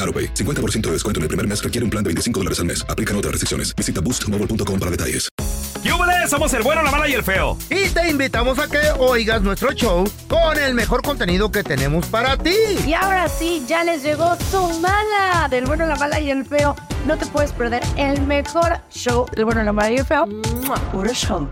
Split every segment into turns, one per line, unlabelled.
AroPay. 50% de descuento en el primer mes requiere un plan de 25 dólares al mes. Aplican otras restricciones. Visita boostmobile.com para detalles.
¡Yúbele! Somos el bueno, la mala y el feo.
Y te invitamos a que oigas nuestro show con el mejor contenido que tenemos para ti.
Y ahora sí, ya les llegó su mala del bueno, la mala y el feo. No te puedes perder el mejor show del bueno, la mala y el feo. Puro show.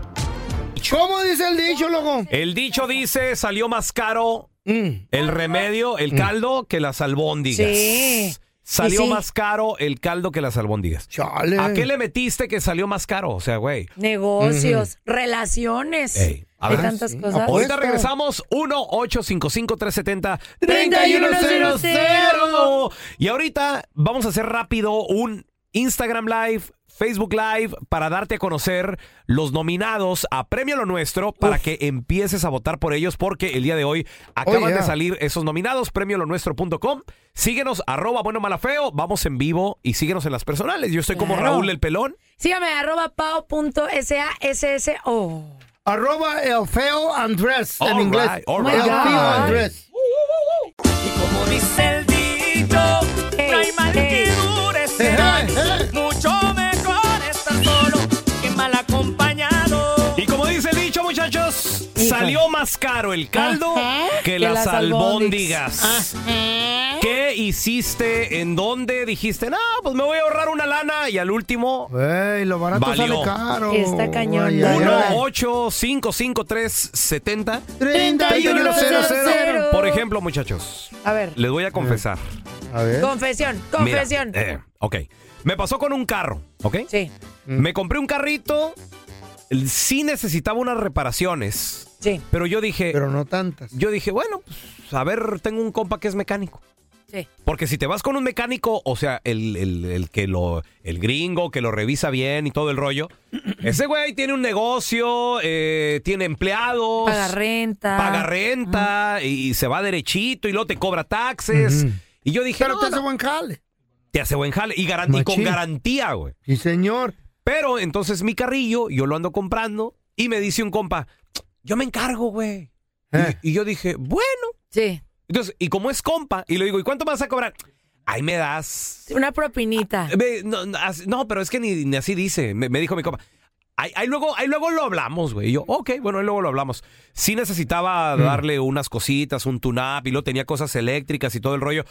¿Cómo dice el dicho, loco?
El dicho dice, salió más caro
Mm.
el remedio, el caldo, que las albóndigas.
Sí.
Salió
Y sí.
más caro el caldo que las albóndigas.
Chale.
¿A qué le metiste que salió más caro? O sea, güey.
Negocios, relaciones.
Ey, Ah, a
Hay
ver,
tantas cosas.
Ahorita regresamos 1-855-370-3100.
3100.
Y ahorita vamos a hacer rápido un Instagram Live, Facebook Live, para darte a conocer los nominados a Premio Lo Nuestro, para que empieces a votar por ellos, porque el día de hoy acaban
yeah.
de salir esos nominados, premiolonuestro.com. Síguenos, arroba bueno malafeo, vamos en vivo y síguenos en las personales. Yo estoy como
Claro.
Raúl el Pelón.
Sígame, arroba pao.sasso.
Arroba el feo Andrés en
All
inglés.
right, all
El
right.
feo Andrés.
Hey, hey.
Eh, eh, eh.
Y como dice el dicho, muchachos, salió más caro el caldo
Ajá.
que,
Que
las,
las
albóndigas.
albóndigas. Ah.
¿Qué hiciste? ¿En dónde dijiste? No, pues me voy a ahorrar una lana y al último...
Güey, lo barato
Valió.
sale caro.
Está cañón,
Ay,
la
ay,
verdad.
ay.
1-8-553-70.
3100.
Pero-
Por ejemplo, muchachos,
A ver,
les voy a confesar.
A ver.
confesión,
Mira,
confesión.
eh, ok. Me pasó con un carro, ¿ok? Mm.
Sí,
Me compré un carrito. Sí necesitaba unas reparaciones.
sí,
Pero yo dije,
Pero no tantas.
yo dije, bueno, pues, a ver, tengo un compa que es mecánico.
sí.
Porque si te vas con un mecánico, o sea, el, el- el que lo, el gringo que lo revisa bien y todo el rollo, ese güey tiene un negocio, eh, tiene empleados,
Paga renta.
Pues, paga renta, y, se va derechito y luego te cobra taxes.
Ujú.
Y yo dije,
Pero
no,
te hace
no,
buen jale.
te hace buen jale y, garan- y con
Machín.
garantía, güey.
Sí, señor.
Pero entonces mi carrillo, yo lo ando comprando y me dice un compa, yo me encargo, güey. Y-
Eh.
y yo dije, bueno.
Sí,
Entonces, y como es compa, y le digo, ¿y cuánto me vas a cobrar? Ahí me das.
una propinita.
Ve, No, no, as- no, pero es que ni, ni así dice. Me, me dijo mi compa. Ahí, ahí luego, ahí luego lo hablamos, güey. Y yo, ok, bueno, ahí luego lo hablamos. Sí necesitaba darle unas cositas, un tune-up, y luego tenía cosas eléctricas y todo el rollo.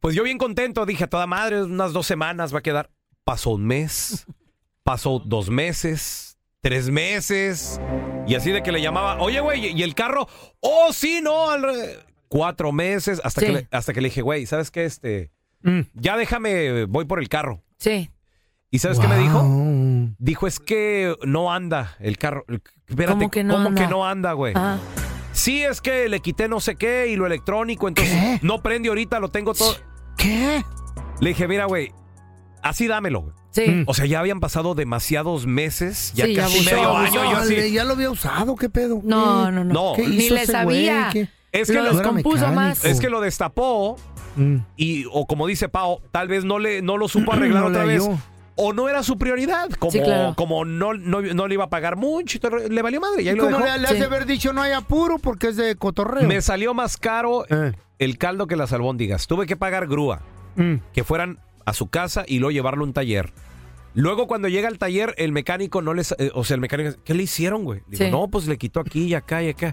Pues yo bien contento, dije, a toda madre, unas dos semanas va a quedar. Pasó un mes, pasó dos meses, tres meses, y así de que le llamaba, oye, güey, ¿y el carro? Oh, sí, no, al re- cuatro meses, hasta, que,
Sí.
le, hasta que le dije, güey, ¿sabes qué? Este,
Mm.
ya déjame, voy por el carro.
Sí.
¿Y sabes qué me dijo?
Wow.
Dijo, es que no anda el carro. Espérate,
¿Cómo que no anda? Ah.
que no anda, güey?
Ajá.
Sí, es que le quité no sé qué y lo electrónico, entonces
¿Qué?
no prende ahorita, lo tengo todo.
¿Qué?
Le dije, mira, güey, así dámelo, güey.
Sí.
O sea, ya habían pasado demasiados meses, ya
Sí, ya
casi
abusó,
medio
abusó.
año, yo así.
Chale, Ya lo había usado, ¿qué pedo?
No, no, no.
No,
¿Qué
Ni
hizo
le
ese
sabía.
güey? ¿Qué-
Es que
Lo
lo-
No era
descompuso
mecánico.
más.
es que lo destapó
Mm.
y, o como dice Pao, tal vez no le, no lo supo arreglar
No le
otra vez.
halló.
o no era su prioridad. Como,
Sí, claro.
como no, no, no le iba a pagar mucho, y todo, le valió madre. Y ahí lo
Como
dejó.
le, le has
Sí.
de haber dicho no hay apuro porque es de cotorreo.
Me salió más caro
Eh.
el caldo que las albóndigas. Tuve que pagar grúa,
Mm.
que fueran a su casa y luego llevarlo a un taller. Luego cuando llega al taller, el mecánico no les... eh, o sea, el mecánico... ¿Qué le hicieron, güey? Digo,
Sí.
no, pues le quitó aquí y acá y acá.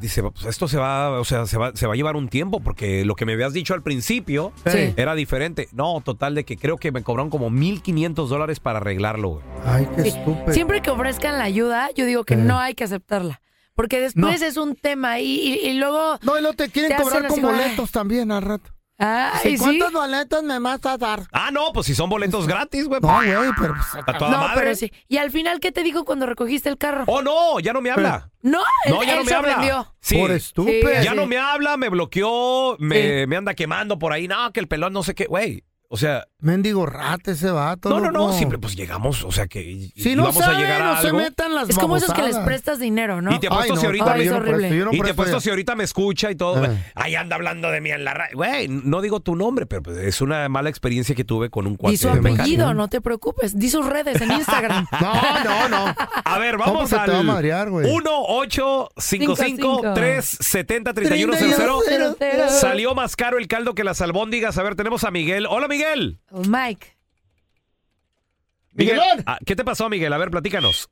Dice, pues esto se va, o sea, se va, se va a llevar un tiempo porque lo que me habías dicho al principio
Sí.
era diferente. No, total, de que creo que me cobraron como 1.500 dólares para arreglarlo, güey.
Ay, qué
Sí.
estúpido. Eh.
Siempre que ofrezcan la ayuda, yo digo que no hay que aceptarla. Porque después es un tema y, y- y luego.
No, y no te quieren
Te
cobrar
hacen
con
así como,
boletos también al rato.
Ay,
Sí,
ah, sí.
¿Cuántos boletos me vas a dar?
Ah, no, pues si son boletos gratis, güey. pues,
No, güey, pero...
a toda
No,
madre.
pero sí. Y al final, ¿qué te digo cuando recogiste el carro?
Oh, no, ya no me habla.
No, él,
No, ya
él
no me
se
habla.
ofendió.
Sí.
Por estúpido.
Sí.
Ya no me habla, me bloqueó, me,
Sí.
me anda quemando por ahí. No, que el pelón no sé qué, güey. O sea,
Mendigo rata ese vato.
no, no, no,
loco.
simple, pues llegamos, o sea que
Si no
vamos
saben,
a llegar a
no se
algo.
metan las
Es como esos que les
babosadas.
prestas dinero, ¿no?
Y te apuesto si ahorita
Ay,
me,
es horrible.
y te apuesto si ahorita me escucha y todo.
Ah.
Ahí anda hablando de mí en la radio. Güey, no digo tu nombre, pero pues es una mala experiencia que tuve con un cuate.
Di su
de mecánico.
apellido, no te preocupes. Di sus redes en Instagram.
No, no, no.
A ver,
¿Cómo
vamos
se te va a
al
madrear, güey?
1 8 5 5 3 70 31 00.
Cero, cero.
Salió más caro el caldo que las albóndigas. A ver, tenemos a Miguel. Hola, Miguel.
Oh, Mike.
Miguelón.
Ah, ¿Qué te pasó, Miguel? A ver, platícanos.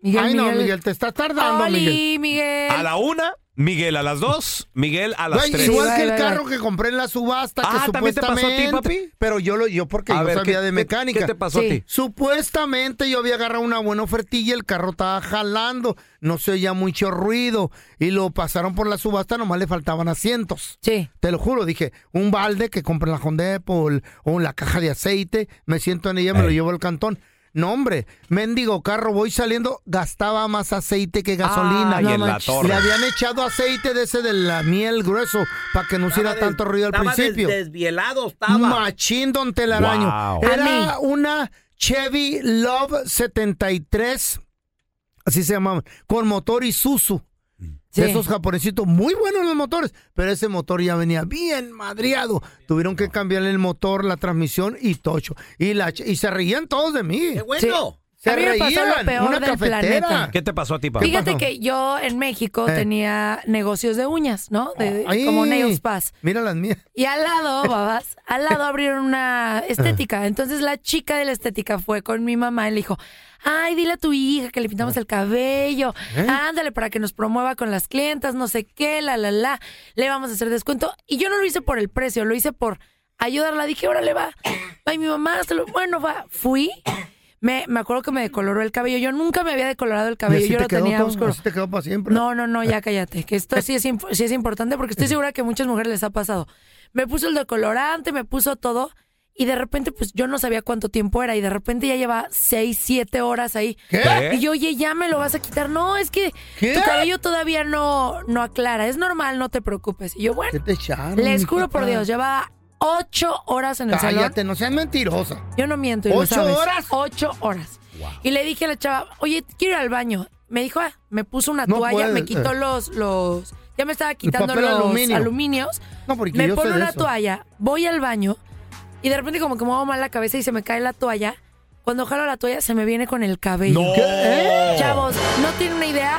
Miguel,
Ay, no,
Miguel.
Miguel, te estás tardando,
Oli,
Miguel.
Miguel.
A la una, Miguel a las dos, Miguel a las
Güey,
tres.
igual
Sí,
que
bye,
el
bye,
carro
bye.
que compré en la subasta, que
Ah, ¿también te pasó a ti,
supuestamente...
papi?
Pero yo lo, yo porque
a
yo
ver,
sabía
¿qué-
de
qué-
mecánica.
¿Qué, te pasó
Sí.
a ti?
Supuestamente yo había agarrado una buena ofertilla y el carro estaba jalando, no se oía mucho ruido y lo pasaron por la subasta, nomás le faltaban asientos.
Sí.
Te lo juro, dije, un balde que compré en la Honda Depot, o el- o en la caja de aceite, me siento en ella, me lo
Ey.
llevo al cantón. No, hombre, mendigo carro, voy saliendo, gastaba más aceite que gasolina.
Ay,
No
Ah, en la
manches.
torre.
Le habían echado aceite de ese de la miel grueso para que no hiciera tanto ruido al principio.
desvielado,
Machín Don Telaraño.
Wow.
Era una Chevy Love 73, así se llamaba, con motor Isuzu.
Sí.
De esos japonesitos, muy buenos los motores, pero ese motor ya venía bien madriado. Tuvieron que cambiarle el motor, la transmisión y tocho. Y, la, ch- y se reían todos de mí.
bueno.
Se
A mí me pasó lo
reían,
peor
una
del
cafetera.
planeta.
¿Qué te pasó a ti, papá?
Fíjate
pasó?
que yo en México
Eh.
tenía negocios de uñas, ¿no? De-
Ay,
como nail spas.
Mira las mías.
Y al lado, babas, al lado abrieron una estética. Entonces la chica de la estética fue con mi mamá y le dijo, ay, dile a tu hija que le
Ah.
pintamos el cabello,
¿Eh?
ándale para que nos promueva con las clientas, no sé qué, la, la, la, le vamos a hacer descuento. Y yo no lo hice por el precio, lo hice por ayudarla. Dije, órale, va, ay, mi mamá, se lo- bueno, va, fui. Me, me acuerdo que me decoloró el cabello. Yo nunca me había decolorado el
Y
cabello.
así
Yo
te
lo
quedó
tenía
todo,
oscuro.
así te quedó para siempre.
No, no, no, ya cállate, que esto sí es, imp- sí es importante porque estoy segura que a muchas mujeres les ha pasado. Me puso el decolorante, me puso todo y de repente pues yo no sabía cuánto tiempo era y de repente ya lleva seis, siete horas ahí.
¿Qué?
Y yo, oye, ya me lo vas a quitar. No, es que
¿Qué?
tu cabello todavía no, no aclara, es normal, no te preocupes. Y yo,
¿Qué
bueno,
te echaron,
les juro por
mijita?
Dios, llevaba ocho horas en el salón.
Cállate, no seas mentirosa.
Yo no miento. y lo
¿Ocho
sabes.
horas?
Ocho horas. Y le dije a la chava, oye, quiero ir al baño. Me dijo, ah, me puso una
No
toalla,
puedes,
me quitó
eh.
los, los, ya me estaba quitando
papel
los
aluminio.
aluminios.
No, porque
me
yo
pone
sé de
una
eso.
toalla, voy al baño y de repente como que me hago mal la cabeza y se me cae la toalla. Cuando jalo la toalla se me viene con el cabello.
No. ¿Qué? ¿Eh?
Chavos, no tienen una idea.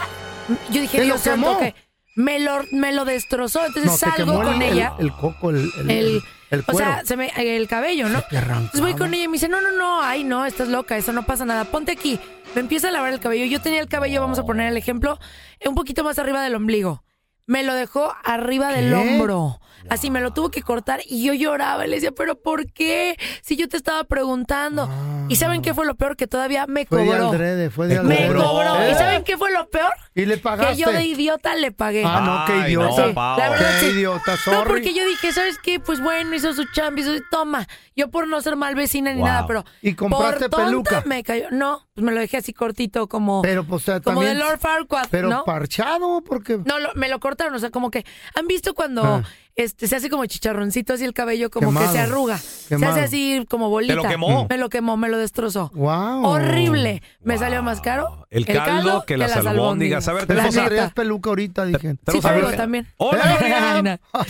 Yo dije,
¿Te
Dios
lo
santo,
quemó?
que me lo, me lo destrozó. Entonces
No, te
salgo
quemó el-
con
el-
ella
El, coco, el, el,
el,
el
o
cuero.
sea, se me, el cabello, ¿no?
te arrancaba.
Entonces voy con ella y me dice, no, no, no, ay, no, estás loca, eso no pasa nada, ponte aquí. Me empieza a lavar el cabello. Yo tenía el cabello, vamos a
Oh.
poner el ejemplo, un poquito más arriba del ombligo. Me lo dejó arriba del
¿Qué?
hombro. Así me lo tuvo que cortar y yo lloraba. Y Le decía, ¿pero por qué? Si yo te estaba preguntando. ¿Y saben qué fue lo peor? Que todavía me
Ah. fue de
cobró.
Aldrede, fue de
Me
Aldrede.
Me cobró.
Oh,
¿Eh?
¿Y saben qué fue lo peor?
¿Y le
Que
pagaste?
yo de idiota le pagué.
Ah, no, qué
Ay, no,
idiota.
Pao.
La verdad,
qué
sí.
idiota, sorry.
No, porque yo dije, ¿sabes qué? Pues bueno, hizo su chamba, hizo toma. Yo por no ser mal vecina ni
Wow.
nada, pero.
¿Y compraste
por tonta
peluca?
Me cayó. No, pues me lo dejé así cortito, como.
Pero, pues, o sea,
como
también-
de Lord Farquaad,
Pero
¿no?
parchado, porque...
No, lo- me lo cortaron, o sea, como que. ¿Han visto cuando
Ah.
este, se hace como chicharroncito así el cabello, como que
Quemado.
se arruga?
Quemado. Mm.
Se hace así como bolita.
¿Te lo quemó?
Me lo quemó, me lo destrozó.
Wow.
Horrible. Me salió más caro.
El caldo que las albóndigas. A ver,
Pero
tenemos
si
a-
La
traías
neta.
peluca ahorita, dije.
Tenemos
Sí,
a
traigo
Gabriel.
también.
Hola,
Ay,
Gabriel.
no.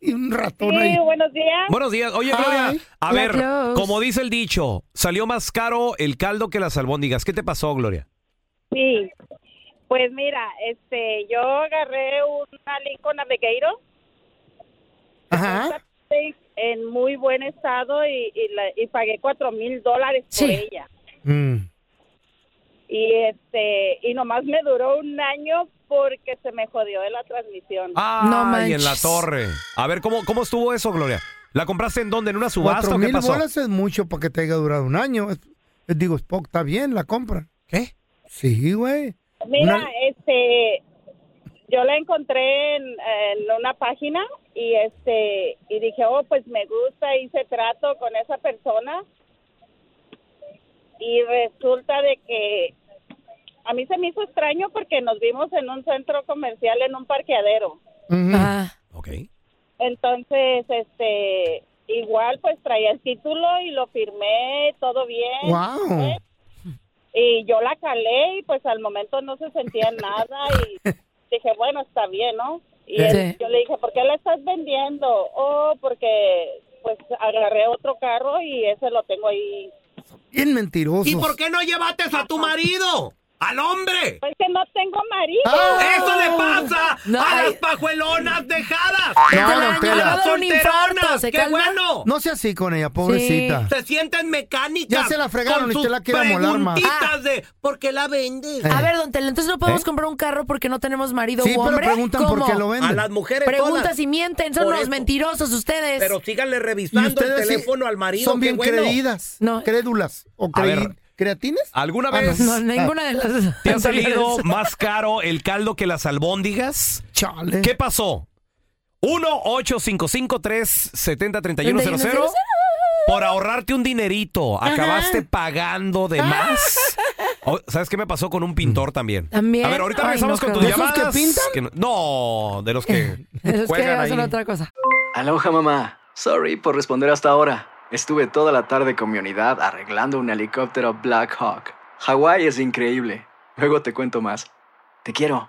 y un ratón
Sí,
ahí.
buenos días.
Buenos días. Oye, Gloria,
Ay,
a
la
ver,
Claus.
como dice el dicho, salió más caro el caldo que las albóndigas. ¿Qué te pasó, Gloria?
Sí. Pues mira, este, yo agarré una Lincoln Navigator
Ajá.
en muy buen estado y, y, la- y pagué cuatro mil dólares por
Sí.
ella.
Mm.
Y este, y nomás me duró un año porque se me jodió de la transmisión.
Ah,
No
y en la
manches.
torre. A ver, ¿cómo, cómo estuvo eso, Gloria? ¿La compraste en dónde? ¿En una subasta
Cuatro
o qué
mil
pasó?
bolas es mucho para que te haya durado un año. Es- es- digo, es poco, está bien la compra.
¿Qué?
Sí, güey.
Mira,
Una-
este, yo la encontré en, en una página y este, y dije, oh, pues me gusta, hice trato con esa persona y resulta de que a mí se me hizo extraño porque nos vimos en un centro comercial en un parqueadero.
Ujú.
Ah,
Ok.
Entonces, este, igual pues traía el título y lo firmé, todo bien.
Wow.
Y yo la calé y pues al momento no se sentía nada y dije, bueno, está bien, ¿no? Y él-
Sí.
yo le dije, ¿por qué la estás vendiendo? Oh, porque pues agarré otro carro y ese lo tengo ahí.
Bien mentiroso.
qué no llevaste a tu marido? ¡Al hombre!
Pues que no tengo marido.
Ah.
Ah.
¡Eso le pasa
No,
a
ay.
las pajuelonas dejadas!
No,
¡A
don
las
Tela.
Le va a dar un
solteronas!
infarto, ¿se
¡Qué
calma?
bueno!
No sea así con ella, pobrecita.
Se sienten mecánicas.
Ya se la fregaron
con
y
sus
te la quiere amolar más. Ah.
preguntitas de ¿por qué la vendes?
Eh.
A ver, don Tela, entonces no podemos
¿Eh?
comprar un carro porque no tenemos marido
Sí,
u
pero
hombre.
preguntan por
¿Cómo?
qué lo
A
venden.
las mujeres
Preguntas
todas.
y mienten, son
Por
unos
eso.
mentirosos ustedes.
Pero síganle
Y
revisando el
ustedes sí
teléfono al marido.
son
qué
bien
bueno.
creídas,
No.
crédulas o
A
creí-
ver.
creatines.
¿Alguna
Ah, no.
vez
No, ninguna de las.
te ha salido más caro el caldo que las albóndigas?
Chale.
¿Qué pasó? 1-855-370-3100. Por ahorrarte un dinerito, acabaste pagando de más. O- ¿Sabes qué me pasó con un pintor también?
¿También?
A ver, ahorita
Ay,
regresamos
no,
con
qué
tus
horror.
llamadas.
¿De esos que pintan?
no- no, de los que
Es que
juegan
hacen
ahí.
otra cosa.
Aloha mamá. Sorry por responder hasta ahora. Estuve toda la tarde con mi unidad arreglando un helicóptero Black Hawk. Hawái es increíble. Luego te cuento más. Te quiero.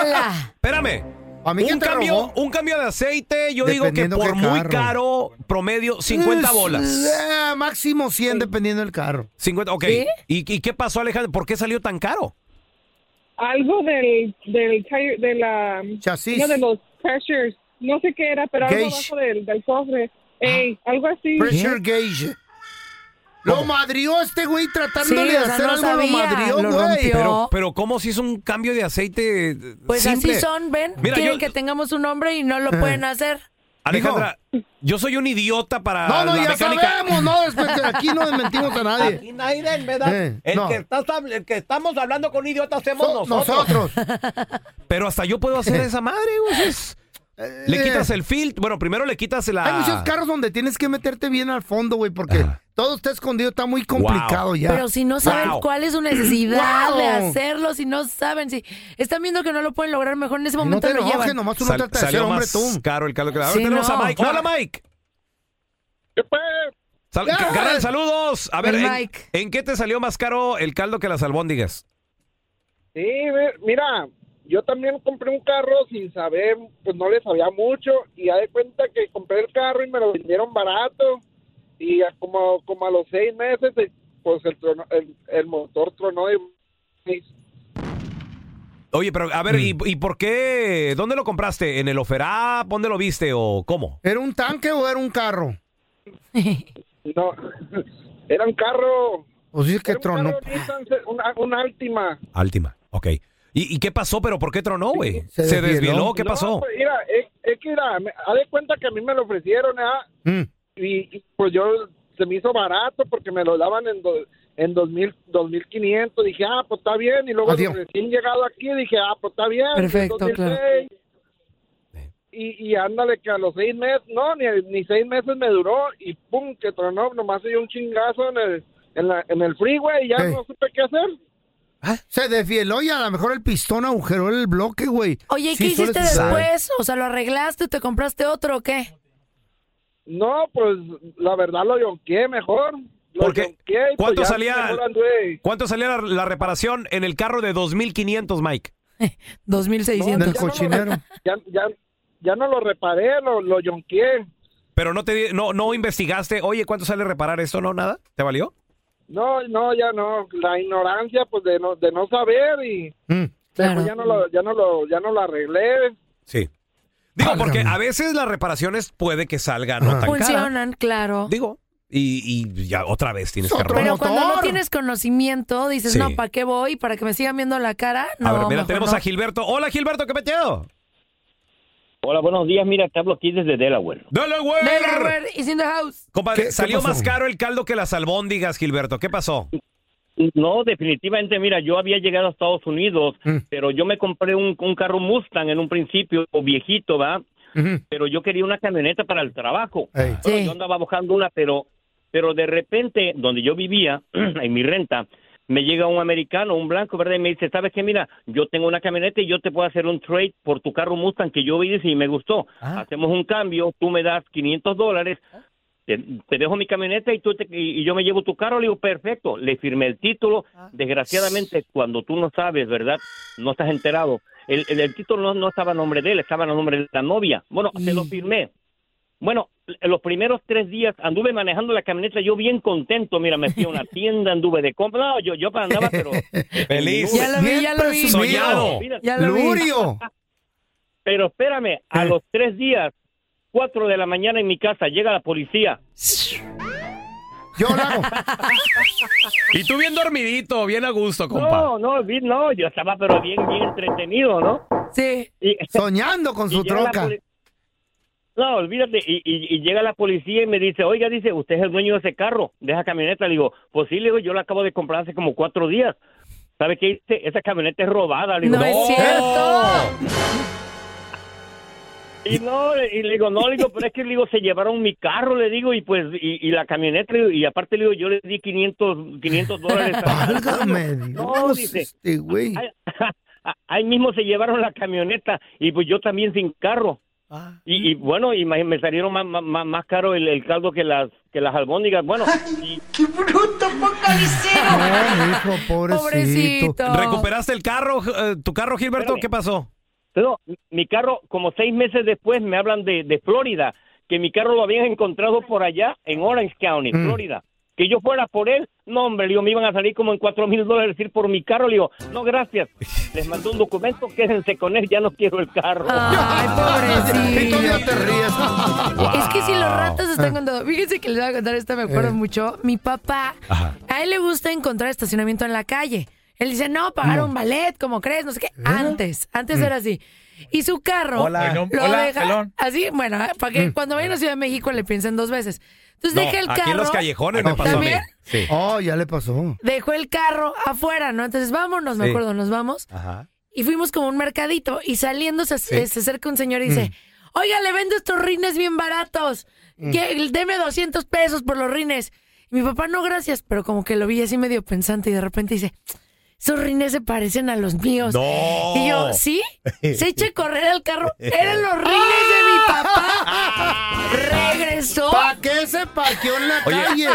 ¡Hala!
Ah, Espérame.
A mí
un,
quién te
cambio,
robó?
un cambio de aceite, yo digo que
Dependiendo
por
qué
muy
carro.
caro, promedio 50 bolas.
Eh, máximo 100 dependiendo del carro.
50, ok.
¿Sí?
¿Y, y qué pasó, Alejandra? ¿Por qué salió tan caro?
Algo del, del, tire- de la,
Chasis.
uno de los pressures, no sé qué era, pero algo
Gauge. Ah.
abajo del, del cofre. Ey, algo así.
Pressure gauge. Lo madrió este güey tratándole
Sí,
de
o sea,
hacer
no
algo.
sabía,
lo madrió,
lo
güey.
rompió.
Pero,
No.
pero ¿cómo si es un cambio de aceite eh,
Pues
simple?
así son, ven.
Mira,
Quieren
yo-
que tengamos un hombre y no lo pueden hacer.
Alejandra, yo soy un idiota para
No, no,
la
ya
mecánica.
sabemos, no, después, aquí no mentimos a nadie.
Aquí nadie, ¿verdad?
Eh,
el,
no.
que estás hab- el que estamos hablando con idiotas hacemos nosotros.
Pero hasta yo puedo hacer esa madre, güey. es- Le quitas el filtro. Bueno, primero le quitas la.
Hay muchos carros donde tienes que meterte bien al fondo, güey, porque todo está escondido, está muy complicado ya.
Pero si no saben cuál es su necesidad de
Wow.
hacerlo, si no saben, si están viendo que no lo pueden lograr, mejor en ese momento
te
lo
enojes,
llevan.
nomás tú no
Sal-
tratas de
salió
ser hombre
más
tú.
caro el calor que la. Ahora
Sí,
tenemos
no.
a Mike. Hola, Mike. Sal-
¡Eh!
carnal, saludos. A ver,
El
¿en,
Mike.
en qué te salió más caro el caldo que las albóndigas?
Sí, mi- mira, yo también compré un carro sin saber, pues no le sabía mucho y ya de cuenta que compré el carro y me lo vendieron barato y a- como, como a los seis meses, eh, pues el, trono- el, el motor tronó y...
Oye, pero a ver, ¿y,
Mm.
y por qué? ¿Dónde lo compraste? ¿En el Oferá? ¿Dónde lo viste o cómo?
¿Era un tanque o era un carro?
No, era un carro...
Pues dice que tronó.
Nissan, Una, una última.
Altima, ok. ¿Y, y qué pasó? ¿Pero por qué tronó, güey? ¿Se, desvieló? ¿Qué pasó?
pues, mira, es, es que mira, me- haz de cuenta que a mí me lo ofrecieron, ¿ah?
Mm.
y, y, pues yo se me hizo barato porque me lo daban en do, en 2000 2500 dije ah pues está bien y luego
Adiós.
recién llegado aquí dije ah pues está bien
Perfecto,
2006. y, y ándale que a los seis meses no ni, ni seis meses me duró y pum que tronó nomás se dio un chingazo en el en, la- en el freeway y ya
Ey.
no supe qué hacer
¿Ah?
Se desvieló y a lo mejor el pistón agujeró el bloque, güey.
Oye, ¿y
Sí,
qué
suele
hiciste
suceder.
después? O sea, ¿lo arreglaste o te compraste otro o qué?
no pues la verdad lo yonqué mejor lo
Porque,
yonqué y, pues,
¿cuánto
ya
salía,
mejor anduve.
¿Cuánto salía la, la reparación en el carro de 2.500, Mike?
No,
2.600.
ya no lo- ya, ya, ya no lo reparé, lo, lo yonqué.
Pero no te di- no, no investigaste, oye, ¿cuánto sale reparar esto? ¿No? ¿Nada? ¿Te valió?
No, no, ya no. La ignorancia, pues, de no, de no saber y...
Mm,
pero ya, no lo, ya, no lo, ya no lo arreglé.
Sí. Digo, porque a veces las reparaciones puede que salgan no tan caras.
Funcionan, claro.
Digo. Y, y ya otra vez tienes que
Pero
arreglar.
cuando no tienes conocimiento, dices,
Sí.
no, ¿para qué voy? ¿Para que me sigan viendo la cara? No,
a ver, mira,
mejor
tenemos
no.
a Gilberto. Hola, Gilberto, ¿qué peteado?
Hola, buenos días. Mira, te hablo aquí desde Delaware.
¡Delaware!
Delaware is in the house.
Compadre, salió
pasó?
más caro el caldo que las albóndigas, Gilberto. ¿Qué pasó?
No, definitivamente, mira, yo había llegado a Estados Unidos, pero yo me compré un, un carro Mustang en un principio, viejito, ¿va?
mm,
Pero yo quería una camioneta para el trabajo. Bueno, Yo andaba buscando una, pero, pero de repente, donde yo vivía, en mi renta, me llega un americano, un blanco, ¿verdad? Y me dice, ¿sabes qué? Mira, yo tengo una camioneta y yo te puedo hacer un trade por tu carro Mustang que yo vi y me gustó. Hacemos un cambio, tú me das 500 dólares, te, te dejo mi camioneta y, tú te- y y yo me llevo tu carro. Le digo, perfecto, le firmé el título. Desgraciadamente, cuando tú no sabes, ¿verdad? No estás enterado. El, el- el título no, no estaba a nombre de él, estaba a nombre de la novia. Bueno, se lo firmé. Bueno, l- los primeros tres días anduve manejando la camioneta, yo bien contento. Mira, me fui a una tienda, anduve de compra. No, yo, yo andaba, pero.
Feliz. Ya lo vi, Bien ya lo vi. presumido. Soñado. Ya lo vi. Lurio.
Pero espérame, a los tres días, cuatro de la mañana en mi casa, llega la policía.
Y tú bien dormidito, bien a gusto, compa.
No, no, vi- no, yo estaba pero bien, bien entretenido, ¿no?
Sí.
Soñando con su troca.
No, olvídate, y, y- y llega la policía y me dice, oiga, dice, usted es el dueño de ese carro, de esa camioneta. Le digo, pues sí, le digo, yo la acabo de comprar hace como cuatro días. ¿Sabe qué dice? Esa camioneta es robada. Le digo,
No es cierto.
Y no, y le digo, no, le digo, pero es que le digo, se llevaron mi carro, le digo, y pues, y, y la camioneta, le digo, y aparte le digo, yo le di 500, 500 dólares. a-
Válgame Dios,
No, dice,
este güey.
a- ahí mismo se llevaron la camioneta y pues yo también sin carro.
Ah.
Y, y bueno, y me me salieron más, más- más, más caro el, el caldo que las que las albóndigas. Bueno, y-
No, hijo, pobrecito.
¿Recuperaste el carro, eh, tu carro, Gilberto? ¿Qué pasó?
no, mi carro, como seis meses después, me hablan de, de Florida, que mi carro lo habían encontrado por allá, en Orange County,
Mm.
Florida. Que yo fuera por él, no, hombre, le digo, me iban a salir como en cuatro mil dólares ir por mi carro. Le digo, no, gracias. Les mandó un documento, quédense con él, ya no quiero el carro.
Y Ah, todavía te ríes.
Es que si los ratas
Ah.
están contando. Fíjense que les voy a contar esta, me
Eh.
acuerdo mucho. Mi papá, a él le gusta encontrar
Mm.
estacionamiento en la calle. Él dice, no, pagar un ballet, como crees, no sé qué. Antes, antes era así. y su carro
Hola. Bueno,
lo
hola,
deja
pelón.
así, bueno, ¿eh? para que
Mm.
cuando vayan a Ciudad de México le piensen dos veces. Entonces
No,
deja Pues el carro.
aquí en los callejones me pasó a mí.
¿También?
Sí.
Oh, ya le pasó.
Dejó el carro afuera, ¿no? Entonces vámonos, me
Sí.
acuerdo, nos vamos.
Ajá.
Y fuimos como a un mercadito y saliendo se,
Sí.
se acerca un señor y dice, oiga, le vendo estos rines bien baratos, que, deme 200 pesos por los rines. Y mi papá, no, gracias, pero como que lo vi así medio pensante y de repente dice, esos rines se parecen a los míos.
No.
Y yo, ¿sí? Se echa a correr al carro, eran los rines de mi papá. Regresó.
¿Para qué se parqueó en la
Oye,
calle?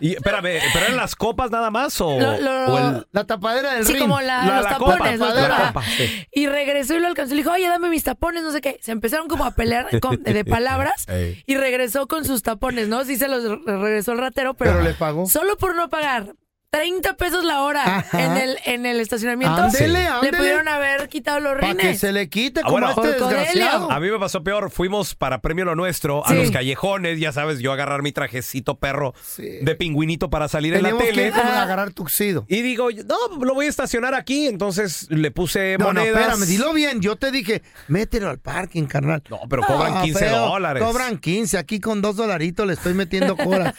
y, espérame, ¿pero eran las copas nada más o,
Lo- lo-
o el-
La tapadera del
Sí,
ring.
como la- los
copa,
tapones, los
la
tapones.
copa, sí.
Y regresó y lo alcanzó. y Le dijo, oye, dame mis tapones, no sé qué. Se empezaron como a pelear con- de palabras
Ey.
y regresó con sus tapones, ¿no? Sí se los re- regresó el ratero, pero,
Pero le pagó.
solo por no pagar. 30 pesos la hora
Ajá.
en el, en el estacionamiento.
Ándele,
Le
ándele.
pudieron haber quitado los
Para que
rines.
se le quite
Ah,
como
bueno.
a este desgraciado.
A mí me pasó peor. Fuimos para premio lo nuestro a
Sí.
los callejones. Ya sabes, yo agarrar mi trajecito perro de pingüinito para salir
Teníamos
en la
que
tele.
ir como a agarrar tuxido.
Y digo, no, lo voy a estacionar aquí. Entonces le puse
No, no,
monedas.
espérame, dilo bien. Yo te dije, mételo al parking, carnal. No,
pero cobran
Ah,
15 dólares.
Ah, Cobran 15. Aquí con dos dolaritos le estoy metiendo coras.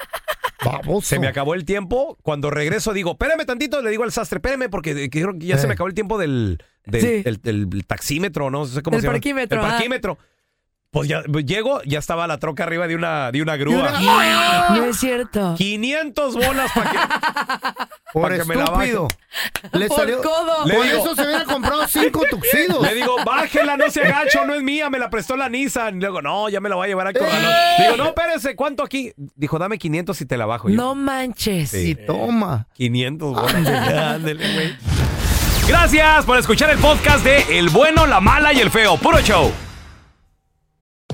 Baboso.
Se me acabó el tiempo. Cuando regreso digo, espérame tantito, le digo al sastre, espérame, porque creo que ya se me acabó el tiempo del, del,
Sí.
el- el taxímetro, no sé cómo
Del
se llama.
parquímetro,
El
ah.
parquímetro. Pues ya llego, ya estaba la troca arriba de una, de una grúa.
No es cierto.
500 bolas para que,
Por
pa' que me la baje.
estúpido. Le
Por
salió-
codo.
Por
Le digo-
eso se hubiera comprado cinco tuxidos.
Le digo, bájela, no se agacho, no es mía, me la prestó la Nissan. Le digo, no, ya me la voy a llevar al corralón. Digo, no, espérese, ¿cuánto aquí? Dijo, dame 500 y te la bajo. Yo,
No manches.
Sí. Y
toma.
500 bolas. Ándele, güey. Gracias por escuchar el podcast de El bueno, la mala y el feo. Puro show.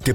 ¿Te